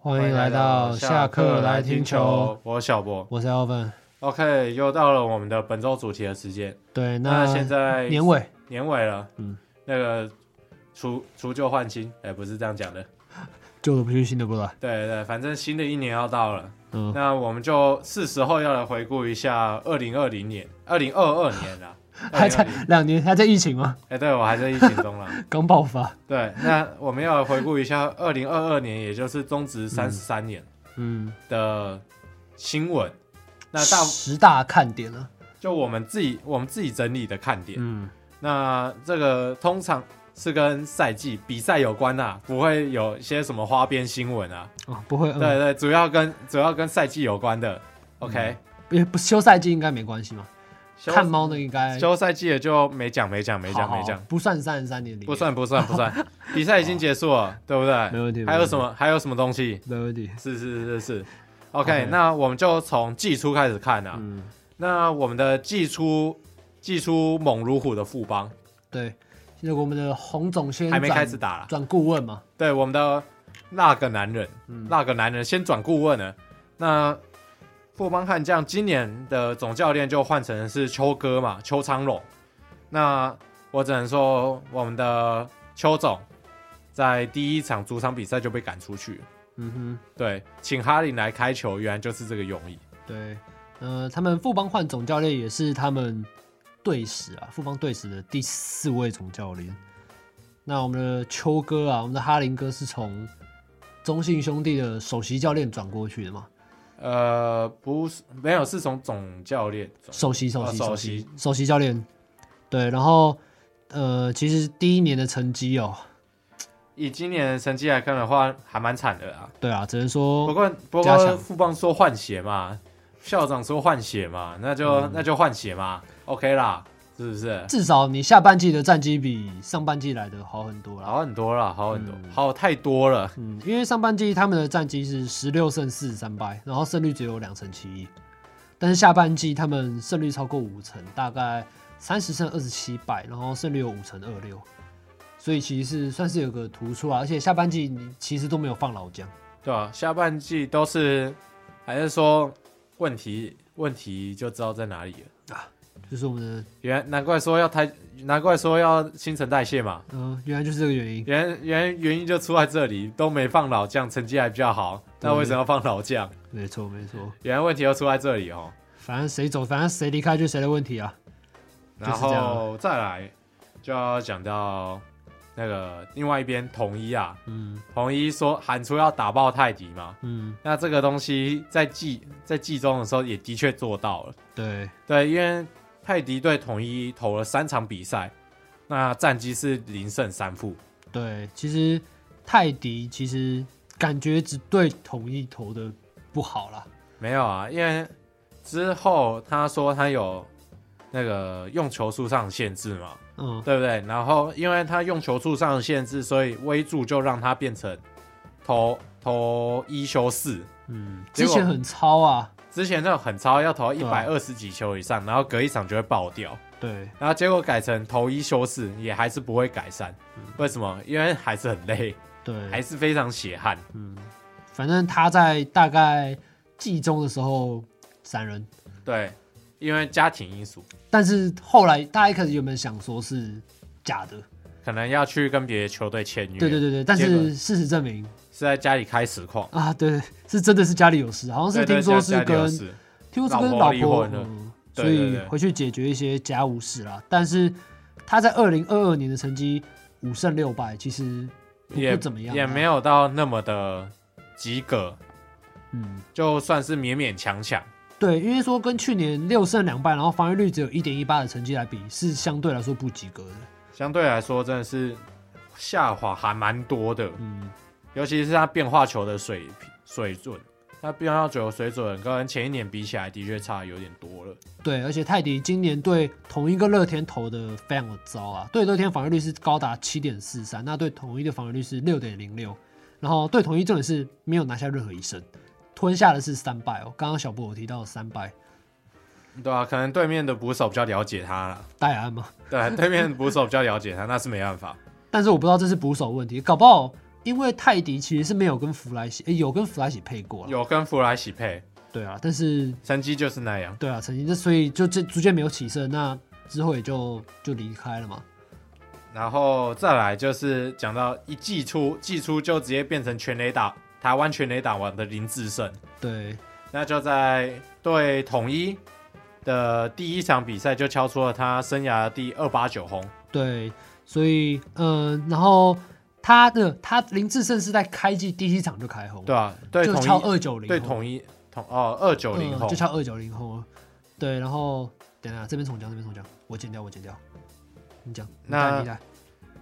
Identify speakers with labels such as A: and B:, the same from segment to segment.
A: 欢迎来到下课来听球，，
B: 我是小博。
A: 我是 Alvin。
B: OK，又到了我们的本周主题的时间。
A: 对，
B: 那现在
A: 年尾
B: 年尾了，
A: 嗯
B: 嗯，那个除除旧换新，哎、不是这样讲的。
A: 旧的不去，新的不来。
B: 对对，反正新的一年要到了，
A: 嗯，
B: 那我们就是时候要来回顾一下二零二零年、二零二二年啦。
A: 还在
B: 2020
A: 两年，还在疫情吗？
B: 哎、对我还在疫情中啦。
A: 刚爆发。
B: 对，那我们要回顾一下二零二二年，也就是中职三十三年
A: 嗯，
B: 的新闻。那大
A: 十大看点啊呢？
B: 就我们自己我们自己整理的看点。
A: 嗯，
B: 那这个通常是跟赛季比赛有关啊，不会有一些什么花边新闻啊。
A: 哦，不会，嗯
B: 对，对，主要跟主要跟赛季有关的。OK，、
A: 也不休赛季应该没关系嘛。
B: 休
A: 嗯看猫的应该
B: 休赛季也就没讲没讲没讲
A: 好
B: 没讲，
A: 不算三十三年里面，
B: 不算不算不算，比赛已经结束了，对不
A: 没
B: 对？
A: 问题。
B: 还有什
A: 么？
B: 么还有什么东西？
A: 没问题。
B: 是是是是。OK，,
A: OK
B: 那我们就从季初开始看啊。
A: 嗯，
B: 那我们的季初季初猛如虎的富邦
A: 对。现在我们的洪总先
B: 还没
A: 转
B: 开始打啦，
A: 转顾问嘛，
B: 对，我们的那个男人，那个男人先转顾问了。那富邦悍将今年的总教练就换成是邱哥嘛，邱昌荣。那我只能说，我们的邱总在第一场主场比赛就被赶出去了。
A: 嗯
B: 对，请哈林来开球，原来就是这个用意。
A: 哼，对，呃，他们富邦换总教练也是他们队史啊，富邦队史的第四位总教练。那我们的邱哥啊，我们的哈林哥是从中信兄弟的首席教练转过去的嘛，
B: 呃，不是，没有，是从总教练总
A: 首席首席
B: 哦
A: 首
B: 首
A: 席
B: 席
A: 首席教练，对，然后呃，其实第一年的成绩哦，
B: 以今年的成绩来看的话，还蛮惨的啊。
A: 对啊，只能
B: 不
A: 说
B: 过不
A: 加强
B: 过富邦说换血嘛，校长说换血嘛，那就、
A: 嗯
B: 那就换血嘛，OK 啦，是不是？
A: 至少你下半季的战绩比上半季来的好很多啦。
B: 好很多啦，好很多，好太多了。
A: 嗯，因为上半季他们的战绩是十六胜四十三败，然后胜率只有两成七一，但是下半季他们胜率超过五成，大概三十胜二十七败，然后胜率有五成二六，所以其实是算是有个突出啊。而且下半季你其实都没有放老将，
B: 对吧、下半季都是，还是说问题问题就知道在哪里了。
A: 就是我们的
B: 原来难怪说要台，难怪说要新陈代谢嘛。
A: 嗯、呃原来就是这个原因。
B: 原原原因就出在这里，都没放老将，成绩还比较好，那为什么要放老将？
A: 没错没错，
B: 原来问题就出在这里哦。
A: 反正谁走，反正谁离开就是谁的问题啊。就是
B: 然
A: 这样
B: 后再来就要讲到那个另外一边统一啊，
A: 嗯
B: 统一说喊出要打爆泰迪嘛，
A: 嗯，
B: 那这个东西在季在季中的时候也的确做到了，
A: 对，
B: 对，因为泰迪对统一投了三场比赛，那战绩是零胜三负，
A: 对，其实泰迪其实感觉只对统一投的不好啦。
B: 没有啊，因为之后他说他有那个用球数上的限制嘛，
A: 嗯，
B: 对不对？然后因为他用球数上的限制，所以威助就让他变成投投一休四。
A: 嗯，
B: 结
A: 之
B: 果
A: 前很超啊，
B: 之前那种很超，要投一
A: 对啊
B: 百二十几球以上，然后隔一场就会爆掉。
A: 对，
B: 然后结果改成投一休四，也还是不会改善。
A: 嗯
B: 为什么？因为还是很累，
A: 对，
B: 还是非常血汗。
A: 反正他在大概季中的时候闪人，
B: 对，因为家庭因素，
A: 但是后来大家一开始原本想说是假的，
B: 可能要去跟别的球队签约。
A: 对对对
B: 对，
A: 对，但
B: 结果
A: 是事实证明
B: 是在家里开实况。
A: 啊，对，是真的是家里有事，好像是
B: 对对
A: 听说是
B: 家家里有
A: 跟
B: 事
A: 听说是
B: 老
A: 跟
B: 婆
A: 老
B: 离
A: 婆
B: 婚了
A: 嗯所
B: 对对
A: 以
B: 对
A: 回去解决一些家务事啦。但是他在二零二二年的成绩五胜六败，其实不不
B: 也
A: 怎么样啊，
B: 也没有到那么的及格，
A: 嗯。
B: 就算是勉勉强强。
A: 对，因为说跟去年六胜两败，然后防御率只有一点一八的成绩来比，是相对来说不及格的。
B: 相对来说，真的是下滑还蛮多的，
A: 嗯，
B: 尤其是他变化球的水平水准，他变化球的水准跟前一年比起来，的确差有点多了。
A: 对，而且泰迪今年对同一个乐天投的非常的糟啊，对乐天防御率是高达七点四三，那对统一的防御率是六点零六，然后对统一重点是没有拿下任何一胜，吞下的是三败哦。刚刚小波有提到的三败，
B: 对啊，可能对面的捕手比较了解他了，
A: 戴安嘛，
B: 对，对面的捕手比较了解他，那是没办法。
A: 但是我不知道这是捕手问题，搞不好因为泰迪其实是没有跟弗莱喜，诶有跟弗莱喜配过了，
B: 有跟弗莱喜配，
A: 对啊，但是
B: 成绩就是那样。
A: 对啊，曾经这所以就这逐渐没有起色，那之后也就就离开了嘛。
B: 然后再来就是讲到一季初，季初就直接变成全垒打台湾全垒打王的林志胜，
A: 对，
B: 那就在对统一的第一场比赛就敲出了他生涯第二八九轰。
A: 对，所以嗯、呃然后他的他林志胜是在开季第一场就开轰，
B: 对啊，对
A: 就敲
B: 统
A: 二九
B: 一，
A: 零，
B: 对统一统哦二九零
A: 嗯
B: 轰
A: 就，敲二九零轰了。对，然后等一下这边重讲，这边重讲，我剪掉，我剪掉，你讲，你
B: 那
A: 来你来，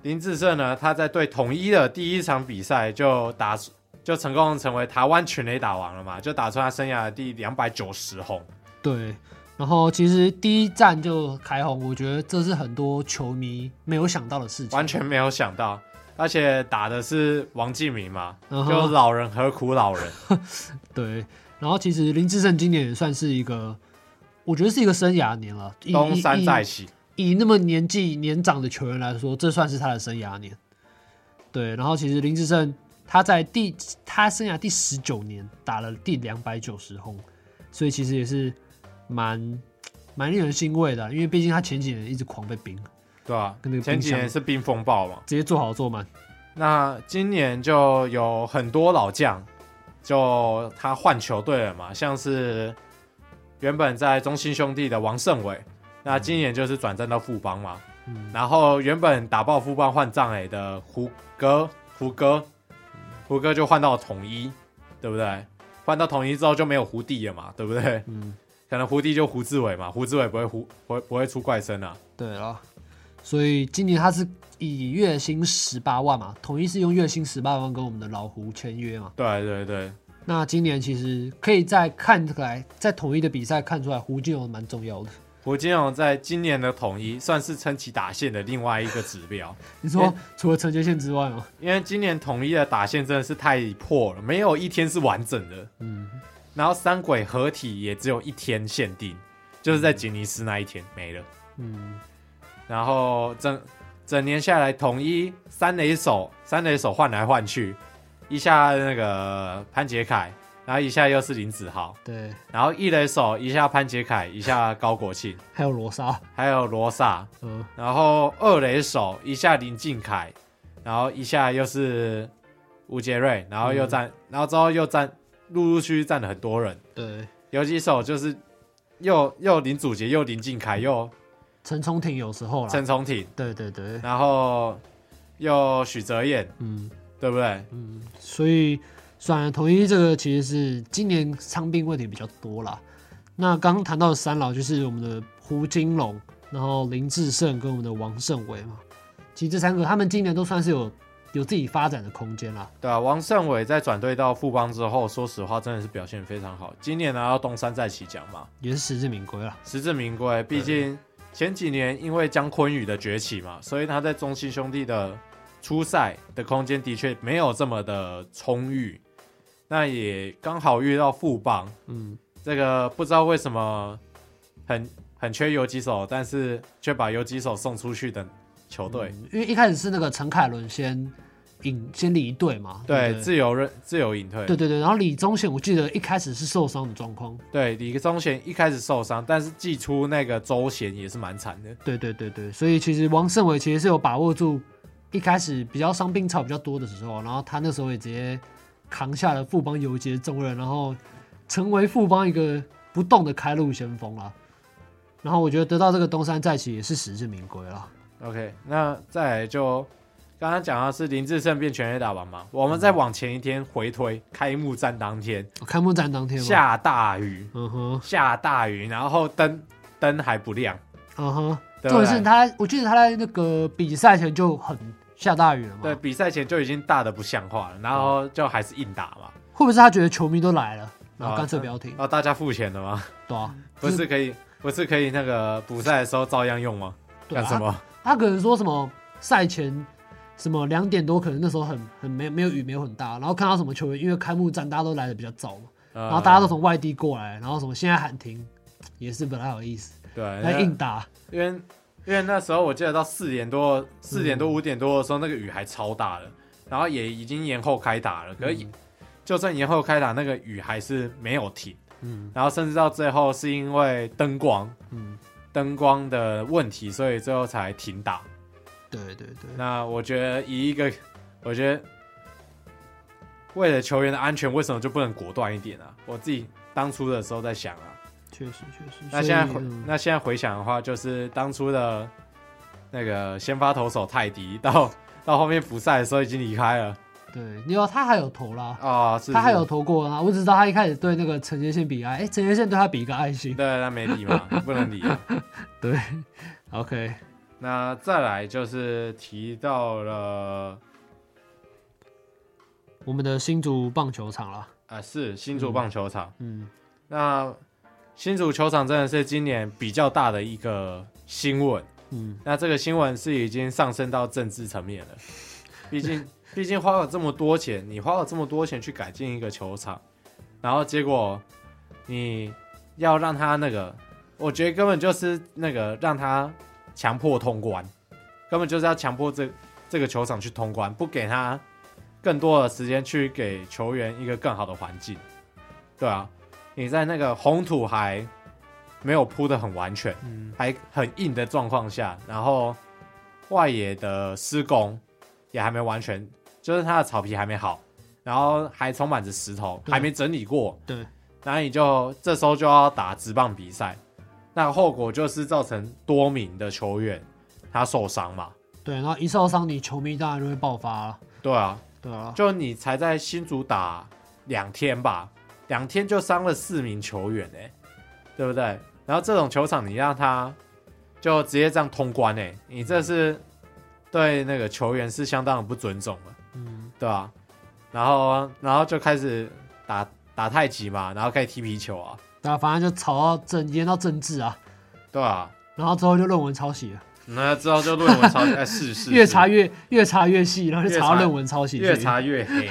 B: 林志胜呢，他在对统一的第一场比赛就打就成功成为台湾全垒打王了嘛，就打出他生涯的第两百九十轰。
A: 对。然后其实第一站就开轰，我觉得这是很多球迷没有想到的事情。
B: 完全没有想到，而且打的是王敬明嘛，
A: 嗯哼
B: 就老人何苦老人，
A: 对，然后其实林志胜今年也算是一个，我觉得是一个生涯年了。以
B: 东山
A: 以
B: 再起，
A: 以那么年纪年长的球员来说，这算是他的生涯年。对，然后其实林志胜他在第他生涯第十九年打了第两百九十轰，所以其实也是蛮蛮令人欣慰的啊，因为毕竟他前几年一直狂被冰，
B: 对吧、
A: 跟那个
B: 前几
A: 冰箱
B: 年是冰风暴嘛，
A: 直接做好做满。
B: 那今年就有很多老将，就他换球队了嘛，像是原本在中信兄弟的王胜伟，那今年就是转战到富邦嘛，
A: 嗯，
B: 然后原本打爆富邦换藏垒的胡歌，胡歌，胡歌就换到统一，对不对？换到统一之后就没有胡弟了嘛，对不对？
A: 嗯，
B: 可能胡弟就胡志伟嘛，胡志伟不会胡不会不会出怪声啊，
A: 对了，所以今年他是以月薪十八万嘛，统一是用月薪十八万跟我们的老胡签约嘛。
B: 对对对，
A: 那今年其实可以在看出来，在统一的比赛看出来，胡金龙蛮重要的。
B: 胡金勇在今年的统一算是撑起打线的另外一个指标，
A: 你说
B: 诶
A: 除了陈杰宪之外吗？
B: 因为今年统一的打线真的是太破了，没有一天是完整的，
A: 嗯，
B: 然后三鬼合体也只有一天限定，就是在杰尼斯那一天没了。
A: 嗯，
B: 然后整整年下来，统一三垒手三垒手换来换去，一下那个潘杰凯，然后一下又是林子豪，
A: 对，
B: 然后一垒手一下潘杰凯，一下高国庆，
A: 还有罗莎，
B: 还有罗萨，
A: 嗯，
B: 然后二垒手一下林敬凯，然后一下又是吴杰瑞，然后又站，然后之后又站，陆陆续续站了很多人，
A: 对，
B: 有几手就是又又林祖杰，又林敬凯，又
A: 陈冲挺有时候啦，
B: 陈崇廷，
A: 对对对，
B: 然后又许哲彦，
A: 嗯
B: 对不对？
A: 嗯，所以算了，统一这个其实是今年伤病问题比较多啦。那刚刚谈到的三老就是我们的胡金龙，然后林志胜跟我们的王胜伟嘛，其实这三个他们今年都算是有有自己发展的空间啦。
B: 对啊，王胜伟在转队到富邦之后，说实话真的是表现非常好。今年拿到东山再起奖嘛，
A: 也是实至名归啦。
B: 实至名归。毕竟前几年因为江坤宇的崛起嘛，所以他在中信兄弟的初赛的空间的确没有这么的充裕。那也刚好遇到富邦
A: 嗯，
B: 这个，不知道为什么很很缺游击手，但是却把游击手送出去的球队。
A: 嗯因为一开始是那个陈凯伦先引先离队嘛，
B: 对，
A: 不
B: 自由任自由隐退。
A: 对对对，然后李宗贤我记得一开始是受伤的状况，
B: 对，李宗贤一开始受伤，但是寄出那个周贤也是蛮惨的。
A: 对对对对，所以其实王胜伟其实是有把握住一开始比较伤病潮比较多的时候，然后他那时候也直接扛下了富邦游击的重任，然后成为富邦一个不动的开路先锋啦。然后我觉得得到这个东山再起也是实至名归了。
B: OK，那再来就刚刚讲到是林志胜变全垒打王嘛，
A: 嗯
B: 我们再往前一天回推，开幕战当天
A: 开幕战当天嘛，
B: 下大雨，
A: 嗯哼，
B: 下大雨，然后灯灯还不亮，
A: 嗯哼，
B: 对
A: 重
B: 不
A: 点是
B: 对？
A: 他，我记得他在那个比赛前就很下大雨了嘛。
B: 对，，比赛前就已经大的不像话了，然后就还是硬打嘛。
A: 会不会是他觉得球迷都来了，然后
B: 啊嗯
A: 干脆不要停
B: 然？后大家付钱了吗？
A: 对啊，
B: 不是可以，不是可以那个补赛的时候照样用吗？
A: 对啊
B: 干什么？
A: 他？他可能说什么赛前什么两点多，可能那时候很很没没有雨没有很大，然后看到什么球员因为开幕战大家都来的比较早嘛，
B: 然
A: 然后大家都从外地过来，然后什么现在喊停也是不太好意思，
B: 对
A: 来硬打。
B: 因为因为那时候我记得到四点多、四点多、五点多的时候，那个雨还超大的。然后也已经延后开打了，可是
A: 嗯
B: 就算延后开打，那个雨还是没有停，
A: 嗯
B: 然后甚至到最后是因为灯光
A: 嗯，
B: 灯光的问题，所以最后才停打。
A: 对对对，
B: 那我觉得以一个，我觉得为了球员的安全，为什么就不能果断一点啊？我自己当初的时候在想啊，
A: 确实确实。
B: 那
A: 所以
B: 现在回、
A: 嗯
B: 那现在回想的话，就是当初的那个先发投手泰迪到到后面复赛的时候已经离开了
A: 对，你有他还有投啦，
B: 啊、是
A: 他还
B: 是
A: 有投过啊。我只知道他一开始对那个陈杰宪比爱，哎，陈杰宪对他比一个爱 心。
B: 对，那没理嘛，不能理啊。
A: 对，OK，
B: 那再来就是提到了
A: 我们的新竹棒球场啦，
B: 啊、是新竹棒球场。
A: 嗯，
B: 那新竹球场真的是今年比较大的一个新闻。
A: 嗯，
B: 那这个新闻是已经上升到政治层面了，毕竟 毕竟花了这么多钱，你花了这么多钱去改进一个球场，然后结果你要让他那个，我觉得根本就是那个让他强迫通关，根本就是要强迫这这个球场去通关，不给他更多的时间去给球员一个更好的环境，对啊，你在那个红土还没有铺的很完全。
A: 嗯，
B: 还很硬的状况下，然后外野的施工也还没完全，就是它的草皮还没好，然后还充满着石头，
A: 对
B: 还没整理过。
A: 对，
B: 然后你就这时候就要打直棒比赛，那后果就是造成多名的球员他受伤嘛。
A: 对，然后一受伤，你球迷当然就会爆发了，
B: 对啊，
A: 对啊，
B: 就你才在新竹打两天吧，两天就伤了四名球员哎、对不对？然后这种球场你让他就直接这样通关哎、你这是对那个球员是相当的不尊重了，
A: 嗯，
B: 对吧、然后然后就开始打打太极嘛，然后开始踢皮球啊，
A: 然后反正就吵到政延到政治啊，
B: 对啊，
A: 然后之后就论文抄袭了，
B: 那之后就论文抄哎是是
A: 越查越越查越细，然后就
B: 越
A: 查到
B: 查
A: 论文抄袭去，
B: 越查 越黑，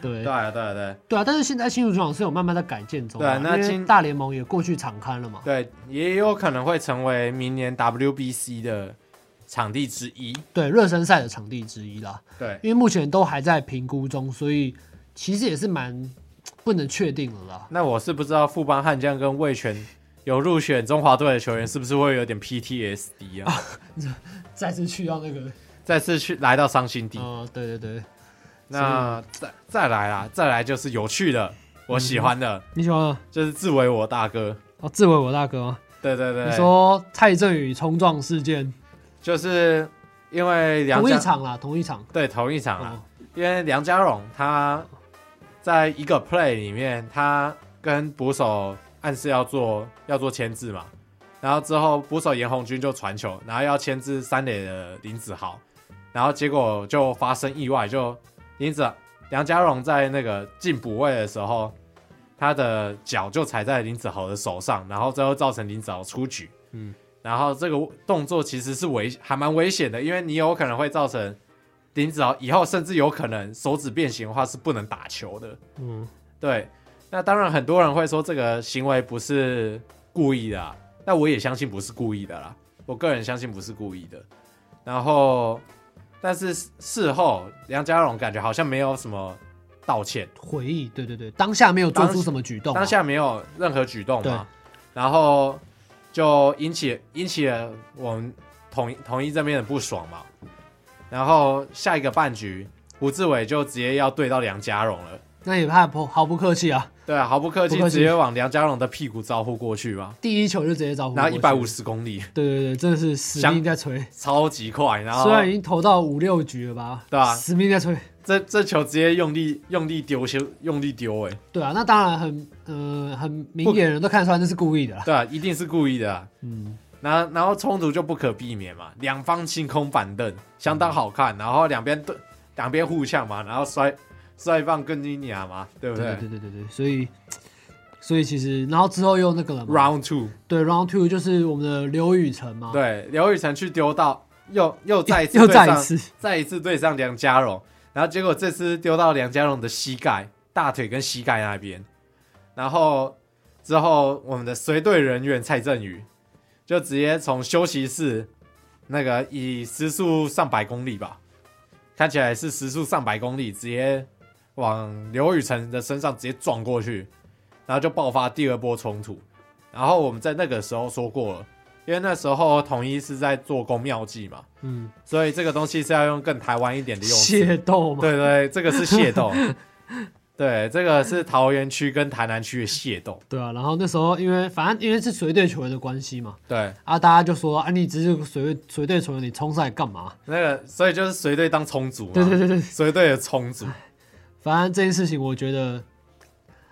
A: 对
B: 对啊对啊对啊
A: 对啊，但是现在新竹球场是有慢慢在改建中啊，
B: 对那
A: 因为
B: 今
A: 大联盟也过去场刊了嘛，
B: 对，也有可能会成为明年 WBC 的场地之一。
A: 对，热身赛的场地之一啦，
B: 对，
A: 因为目前都还在评估中，所以其实也是蛮不能确定的啦。
B: 那我是不知道富邦悍将跟魏权有入选中华队的球员是不是会有点 PTSD 啊？
A: 再次去到那个，
B: 再次去来到伤心地。
A: 呃，对对对，
B: 那再再来啦，再来就是有趣的，我喜欢的、
A: 你喜欢啊
B: 就是自为我大哥。
A: 哦，志伟我大哥吗？
B: 对对对，
A: 你说蔡振宇冲撞事件，
B: 就是因为梁
A: 同一
B: 家
A: 场啦，同一场。
B: 对同一场啊啦，
A: 哦，
B: 因为梁家荣他在一个 play 里面，他跟捕手暗示要做要做牵制嘛，然后之后捕手严红军就传球，然后要牵制三垒的林子豪，然后结果就发生意外，就林子梁家荣在那个进补位的时候，他的脚就踩在林子豪的手上，然后最后造成林子豪出局。
A: 嗯
B: 嗯，然后这个动作其实是危还蛮危险的，因为你有可能会造成林子豪以后甚至有可能手指变形的话是不能打球的。
A: 嗯，
B: 对，那当然很多人会说这个行为不是故意的、啊，那我也相信不是故意的啦，我个人相信不是故意的。然后，但是事后梁家荣感觉好像没有什么道歉，
A: 回忆，对对对，当下没有做
B: 当
A: 出
B: 下
A: 什么举动嘛，啊
B: 当下没有任何举动
A: 对
B: 嘛，然后就引起引起了我们统一统一这边的不爽嘛，然后下一个半局胡志伟就直接要对到梁家荣了。
A: 那也怕不毫不客气啊，
B: 对啊，毫不客气，
A: 不客气
B: 直接往梁家荣的屁股招呼过去嘛，
A: 第一球就直接招呼，
B: 然后一百五
A: 十，
B: 十公里，
A: 对对对，真的是死
B: 想
A: 命在吹，
B: 超级快。然后
A: 虽然已经投到五六局了吧，
B: 对啊
A: 死命在吹，
B: 这这球直接用力用力丢，修用力丢、欸，哎，
A: 对啊，那当然很，呃，很明眼人都看得出来那是故意的啦，
B: 对啊，一定是故意的、啊。
A: 嗯，
B: 然后然后冲突就不可避免嘛，两方清空板凳，相当好看。然后两边对两边互呛嘛，然后摔摔棒更尼亚嘛，对不
A: 对
B: 对
A: 对对对对，所以，所以其实，然后之后又那个了嘛
B: r o u n d two，
A: 对 round two 就是我们的刘雨辰嘛，
B: 对，刘雨辰去丢到，又又再一次
A: 又
B: 对
A: 再
B: 上
A: 一次，
B: 再一次对上梁家荣，然后结果这次丢到梁家荣的膝盖、大腿跟膝盖那边，然后之后我们的随队人员蔡振宇就直接从休息室那个以时速上百公里吧，看起来是时速上百公里，直接往刘雨辰的身上直接撞过去，然后就爆发第二波冲突。然后我们在那个时候说过了，因为那时候统一是在做宫庙计嘛，
A: 嗯，
B: 所以这个东西是要用更台湾一点的用词。
A: 械斗嘛，
B: 对对，这个是械 斗。对，这个是桃园区跟台南区的械斗。
A: 对啊。然后那时候因为反正因为是随队球员的关系嘛，
B: 对，
A: 啊，大家就说啊，你只是随队随队球员，你冲上来干嘛？
B: 那个所以就是随队当充足嘛，
A: 对对对对，
B: 随队的充足。
A: 反正这件事情，我觉得，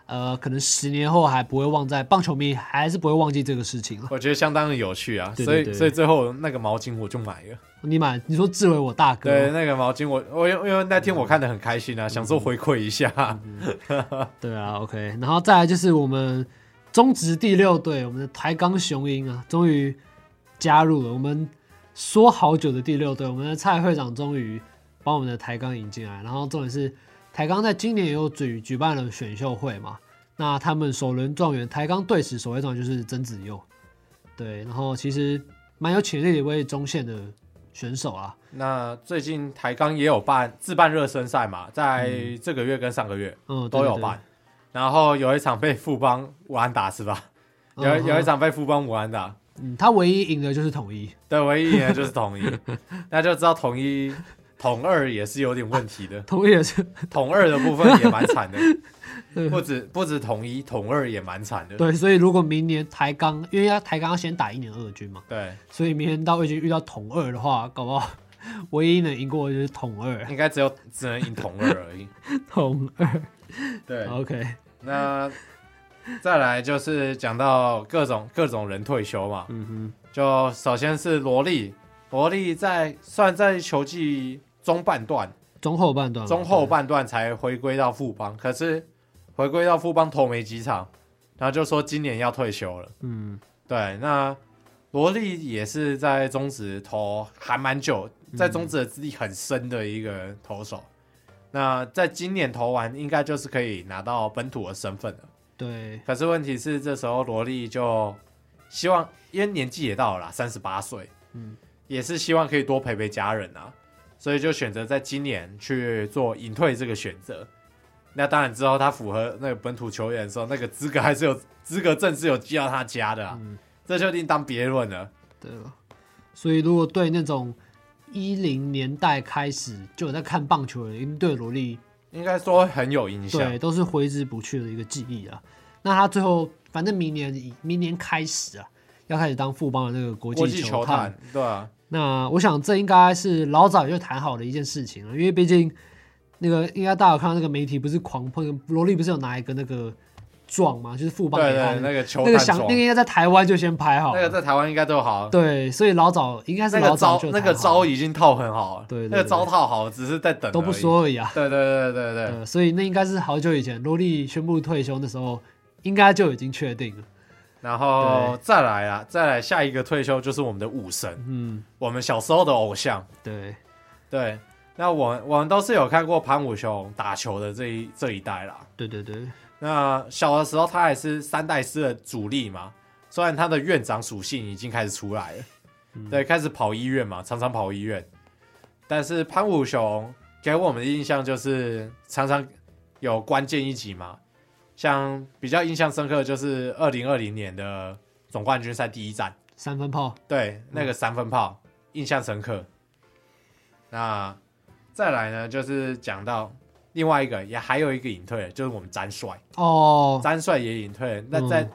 A: 呃，可能十年后还不会忘在棒球迷还是不会忘记这个事情了。
B: 我觉得相当的有趣啊，
A: 对
B: 所
A: 对
B: 以
A: 对
B: 所以最后那个毛巾我就买了。
A: 你买，你说志伟我大哥，
B: 对，那个毛巾我我因为因为那天我看的很开
A: 嗯
B: 心啊，想说回馈一下。
A: 对啊，OK，然后再来就是我们中职第六队，我们的台钢雄鹰啊，终于加入了我们说好久的第六队，我们的蔡会长终于把我们的台钢引进来，然后重点是台钢在今年也有举举办了选秀会嘛，那他们首轮状元台钢队史首位状元就是曾子佑，对，然后其实蛮有潜力的一位中线的选手啊，
B: 那最近台钢也有办自办热身赛嘛，在这个月跟上个月
A: 嗯，对
B: 都有，办，然后有一场被富邦武安打是吧？
A: 对
B: 有一有一，
A: 嗯
B: 场被富邦武安打，
A: 嗯，他唯一赢的就是统一，
B: 对，唯一赢的就是统一， 那就知道统一统二也是有点问题的，
A: 统一也是，
B: 统二的部分也蛮 惨的，
A: 对
B: 不止不止统一，统二也蛮惨的，
A: 对，所以如果明年台钢，因为要台钢要先打一年二军嘛，
B: 对，
A: 所以明年到二军遇到统二的话，搞不好 唯一能赢过的就是统二，
B: 应该只有只能赢统二而已。
A: 统二。
B: 对，
A: OK，
B: 那再来就是讲到各种各种人退休嘛，
A: 嗯哼，
B: 就首先是罗莉，罗莉在算在球季中半段、
A: 中后半段嘛，
B: 中后半段才回归到富邦，可是回归到富邦投没几场，然后就说今年要退休了。
A: 对，嗯，
B: 对，那罗莉也是在中职投还蛮久，在中职的资历很深的一个投手。那在今年投完，应该就是可以拿到本土的身份了。
A: 对，
B: 可是问题是，这时候罗莉就希望，因为年纪也到了啦，三十八岁，
A: 嗯
B: 也是希望可以多陪陪家人啊，所以就选择在今年去做隐退这个选择。那当然之后他符合那个本土球员的时候，那个资格还是有资格证是有寄到他家的啊，
A: 嗯，
B: 这就另当别论了。
A: 对了。所以如果对那种一零年代开始就有在看棒球的人，一定对萝莉
B: 应该说很有影响
A: 对，都是挥之不去的一个记忆啊。那他最后反正明年以明年开始啊，要开始当富邦的那个国
B: 国
A: 际
B: 际
A: 球
B: 球
A: 探
B: 探，对啊，
A: 那我想这应该是老早就谈好的一件事情了，因为毕竟那个应该大家有看到那个媒体不是狂喷罗莉不是有拿一个那个状嘛，就是富邦
B: 对
A: 给他
B: 对，那个球
A: 那
B: 探
A: 个想那
B: 装
A: 个，应该在台湾就先拍好
B: 那
A: 了，
B: 个在台湾应该都好，
A: 对，所以老早应该是
B: 那个
A: 老早
B: 招
A: 就
B: 那
A: 谈
B: 个
A: 好
B: 招
A: 了
B: 已经套很好了，
A: 对对
B: 那个
A: 对
B: 招套好，只是在等
A: 都不
B: 而已。
A: 说而已啊，
B: 对对对对对对
A: 呃，所以那应该是好久以前罗莉宣布退休的时候，应该就已经确定了，
B: 然后再来啊，再来下一个退休就是我们的武神，
A: 嗯，
B: 我们小时候的偶像。
A: 对，
B: 对，那我我们都是有看过潘武雄打球的这一这一代啦。
A: 对对对，
B: 那小的时候他还是三代师的主力嘛，虽然他的院长属性已经开始出来了，对，开始跑医院嘛，常常跑医院。但是潘武雄给我们的印象就是常常有关键一击嘛，像比较印象深刻的就是二零二零年的总冠军赛第一战，
A: 三分炮，
B: 对，那个三分炮、印象深刻。那再来呢，就是讲到另外一个，也还有一个隐退，就是我们詹帅。
A: 哦，
B: 詹帅也隐退了，那
A: 嗯
B: 在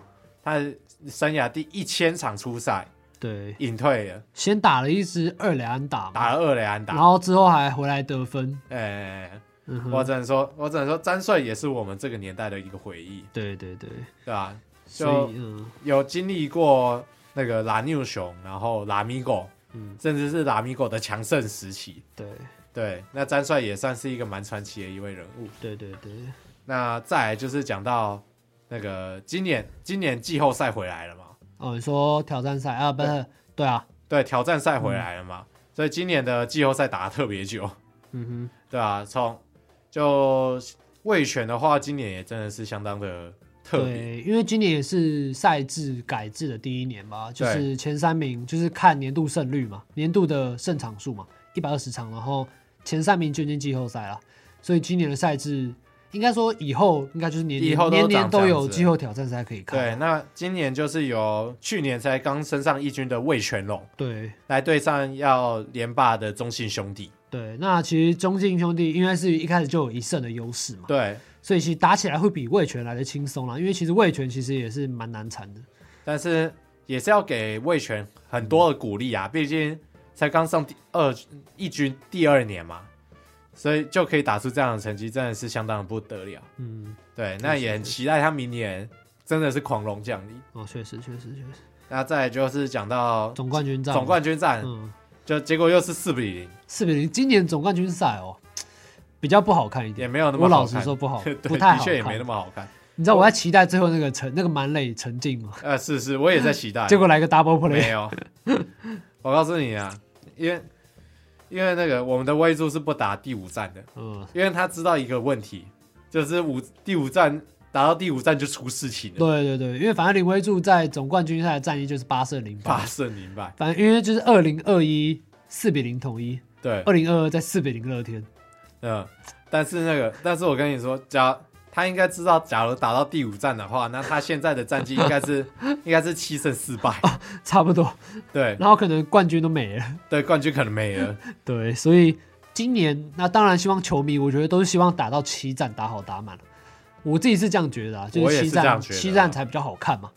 B: 他生涯第一千场出赛
A: 对，
B: 隐退了，
A: 先打了一支二垒安打嘛，
B: 打了二垒安
A: 然
B: 打。
A: 后之后还回来得分，
B: 哎、
A: 嗯哼，
B: 我只能说，我只能说，詹帅也是我们这个年代的一个回忆，
A: 对对对，
B: 对吧、就
A: 所以嗯，
B: 有经历过那个拉纽熊，然后拉米狗，
A: 嗯
B: 甚至是拉米狗的强盛时期。
A: 对
B: 对，那詹帅也算是一个蛮传奇的一位人物。
A: 对对对，
B: 那再来就是讲到那个今年，今年季后赛回来了嘛？
A: 哦，你说挑战赛啊，不是，对啊，
B: 对，挑战赛回来了嘛，所以今年的季后赛打得特别久，
A: 嗯
B: 对啊，从就卫权的话，今年也真的是相当的
A: 哼，
B: 特别，
A: 对，因为今年也是赛制改制的第一年吧，就
B: 对
A: 是前三名就是看年度胜率嘛，年度的胜场数嘛，一百二十场，然后前三名就进季后赛了，所以今年的赛制应该说以后应该就是年
B: 以后
A: 年
B: 都
A: 年年
B: 长
A: 都
B: 这样
A: 有
B: 子
A: 季后挑战赛可以看
B: 对，
A: 啊。
B: 那今年就是由去年才刚升上一军的魏全龙
A: 对
B: 来对上要连霸的中信兄弟。
A: 对，那其实中信兄弟因为是一开始就有一胜的优势嘛，
B: 对，
A: 所以其实打起来会比魏权来的轻松啦。因为其实魏权其实也是蛮难缠的，
B: 但是也是要给魏全很多的鼓励啊，毕竟才刚上第二一军第二年嘛，所以就可以打出这样的成绩，真的是相当的不得了。
A: 嗯，
B: 对，那也很期待他明年真的是狂龙降临。
A: 哦，确实确实确实，
B: 那再来就是讲到
A: 总冠军战嘛，
B: 总冠军战，
A: 嗯，
B: 就结果又是四比零，
A: 四比零，今年总冠军赛哦比较不好看一
B: 也
A: 点，
B: 没有那么
A: 我
B: 好
A: 老实
B: 看。
A: 说不好，
B: 对，
A: 不太
B: 的
A: 好
B: 确也没那
A: 看。
B: 么好看。
A: 你知道我在期待最后那个沉那个满垒沉浸吗？
B: 呃，是是，我也在期待。
A: 结果来个 double play，
B: 没有，我告诉你啊，因为因为那个我们的威助是不打第五战的，
A: 嗯，
B: 因为他知道一个问题，就是五第五战打到第五战就出事情了，
A: 对对对，因为反正林威柱在总冠军赛的战绩就是八胜零败
B: 八，胜零败。
A: 反正因为就是二零二一四比零统一，
B: 对，
A: 二零二二在四比零乐天，
B: 嗯，但是那个，但是我跟你说，假他应该知道，假如打到第五战的话，那他现在的战绩应该 是应该是七胜四败，
A: 哦差不多，
B: 对
A: 然后可能冠军都没了。
B: 对，冠军可能没了。
A: 对，所以今年那当然希望球迷，我觉得都是希望打到七战打好打满了。我自己是这样觉得啊，就
B: 我也
A: 七
B: 是这样
A: 战
B: 觉得啊
A: 七战才比较好看嘛。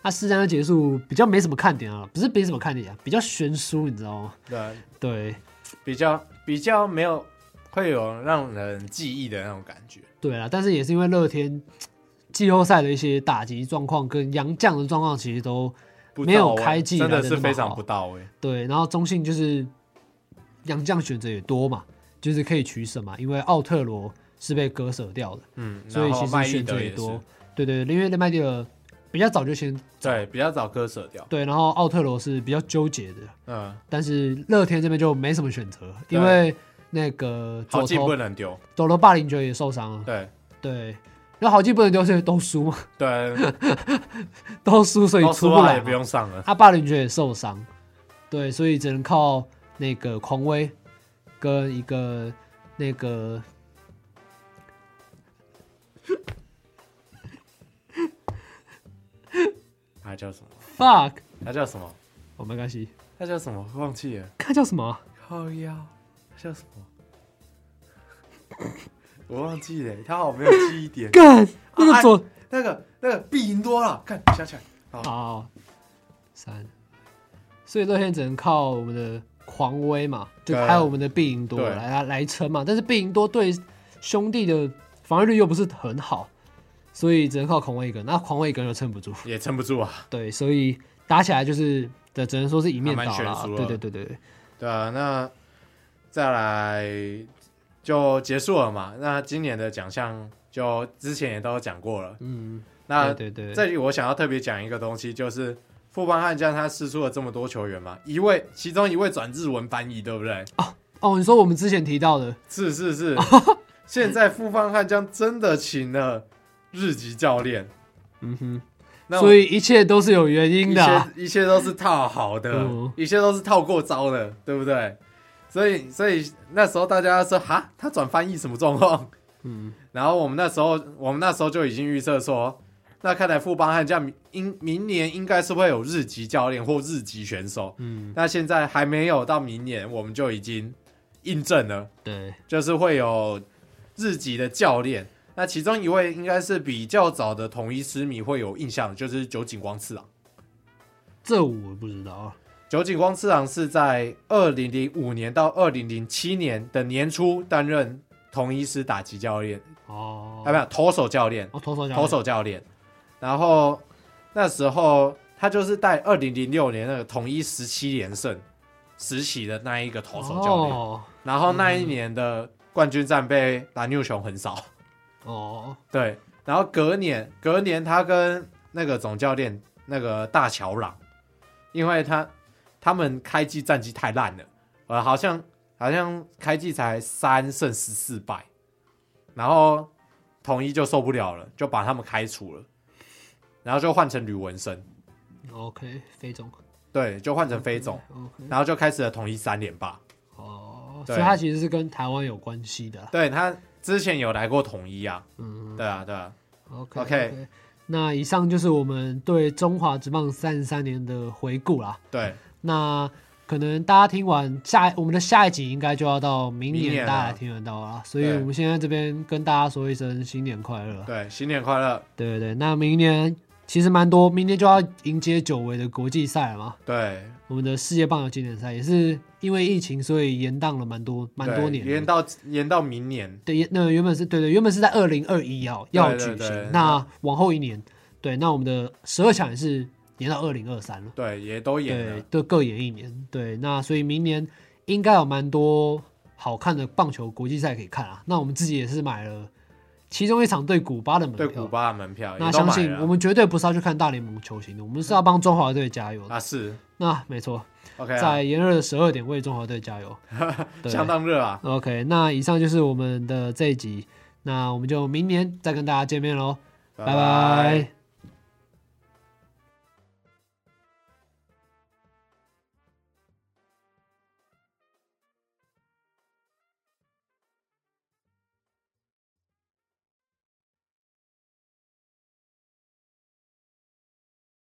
A: 那四战的结束比较没什么看点啊，不是没什么看点啊，比较悬殊，你知道吗？
B: 对，
A: 对
B: 比较比较没有会有让人记忆的那种感觉。
A: 对啦，但是也是因为乐天季后赛的一些打击状况跟洋将的状况其实都
B: 不
A: 没有
B: 到位
A: 开季
B: 真
A: 来
B: 的
A: 得
B: 是
A: 那么
B: 非常
A: 好
B: 不到位。
A: 对，然后中信就是洋将选择也多嘛，就是可以取舍嘛，因为奥特罗是被割舍掉的。
B: 嗯，
A: 所以
B: 然后
A: 其
B: 麦
A: 实
B: 伊
A: 选
B: 德
A: 择也
B: 是
A: 多。对对对，因为麦蒂尔比较早就先
B: 对，比较早割舍掉。
A: 对，然后奥特罗是比较纠结的，
B: 嗯，
A: 但是乐天这边就没什么选择，
B: 对
A: 因为那个
B: 好
A: 左
B: 进不
A: 头
B: 能丢。
A: 左头霸凌爵也受伤了，
B: 对
A: 对，因为好进不能丢，所以都输嘛，
B: 对，
A: 都输，所以
B: 高
A: 出
B: 斯
A: 不
B: 瓦
A: 来
B: 也
A: 嘛
B: 不。用上了。
A: 啊，霸凌爵也受伤，对，所以只能靠那个狂威跟一个那个。
B: 他叫什么？
A: fuck，
B: 他叫什么？
A: 哦，没关系，
B: 他叫什么？忘记了。
A: 看叫什么啊？
B: 靠腰，他叫什么？ 我忘记了，他好没有记忆点。
A: 干那
B: 啊
A: 个左
B: 那个那个碧云多了，看想起来。好，
A: 好，三，所以乐天只能靠我们的狂威嘛，就
B: 对
A: 还有我们的碧赢多
B: 对
A: 来来来撑嘛。但是碧赢多对兄弟的防御率又不是很好，所以只能靠狂威一个人。那狂威一个人又撑不住，
B: 也撑不住啊。
A: 对，所以打起来就是的，只能说是一面
B: 还蛮
A: 倒
B: 悬
A: 啦。
B: 殊啊
A: 对
B: 了
A: 对对对，
B: 对啊，那再来就结束了嘛。那今年的奖项就之前也都讲过了。
A: 嗯，
B: 那
A: 对对对，
B: 这里我想要特别讲一个东西，就是富邦悍将他试出了这么多球员嘛，一位其中一位转日文翻译，对不对？
A: 哦，你说我们之前提到的，
B: 是 是是，现在富邦悍将真的请了日籍教练，
A: 嗯哼，
B: 那
A: 所以一切都是有原因
B: 一
A: 的啊、
B: 切一切都是套好的，
A: 嗯
B: 一切都是套过招的，对不对？所以所以那时候大家说哈，他转翻译什么状况？
A: 嗯，
B: 然后我们那时候，我们那时候就已经预测说，那看来富邦悍将明应明年应该是会有日籍教练或日籍选手。
A: 嗯，
B: 那现在还没有到明年，我们就已经印证了，
A: 对，
B: 就是会有日籍的教练。那其中一位应该是比较早的统一狮迷会有印象，就是酒井光次郎。
A: 这我不知道啊。
B: 酒井光次郎是在二零零五年到二零零七年的年初担任统一狮打击教练，
A: 哦
B: 啊，，没有投手教练。
A: 哦，投手讲
B: 投手教练，然后那时候他就是带二零零六年那个统一十七连胜时期的那一个投手教练，
A: 哦
B: 然后那一年的冠军战被蓝牛熊横扫，
A: 哦，
B: 对，然后隔年隔年他跟那个总教练那个大乔朗，因为他他们开季战绩太烂了，呃，好像好像开季才三胜十四败，然后统一就受不了了，就把他们开除了，然后就换成吕文生，
A: OK，飞总
B: 对，就换成飞总，
A: ，OK，
B: 然后就开始了统一三连霸，
A: 哦，哦，
B: 对
A: 所以它其实是跟台湾有关系的啦。
B: 对他之前有来过统一啊，
A: 嗯
B: 对啊对啊，
A: ，OK
B: OK
A: 那以上就是我们对中华职棒三十三年的回顾啦。
B: 对，
A: 那可能大家听完下我们的下一集，应该就要到明
B: 明
A: 年
B: 年
A: 大家
B: 了
A: 才听得到啦。所以
B: 对
A: 我们现在这边跟大家说一声新年快乐。
B: 对，新年快乐！
A: 对对对，那明年其实蛮多，明年就要迎接久违的国际赛了嘛。
B: 对，
A: 我们的世界棒球经典赛也是因为疫情，所以延宕了蛮多蛮多
B: 对
A: 年的。
B: 延到延到明年。
A: 对，也那原本是对对，原本是在二零二一要
B: 对
A: 要
B: 对
A: 举行，
B: 对
A: 那往后一年，对，那我们的十二强也是延到二零二三了，
B: 对，也都演
A: 对
B: 了。，
A: 都各延一年，对，那所以明年应该有蛮多好看的棒球国际赛可以看啊。那我们自己也是买了其中一场对古巴的门
B: 对
A: 票，
B: 古巴的门票
A: 那
B: 也都
A: 相
B: 买
A: 信我
B: 了啊
A: 们绝对不是要去看大联盟球星的，我们是要帮中华队加油的。
B: 啊，是
A: 那没错，
B: OK 啊，
A: 在炎热的十二点为中华队加 油，对
B: 相当热啊，
A: OK，那以上就是我们的这一集，那我们就明年再跟大家见面喽，拜拜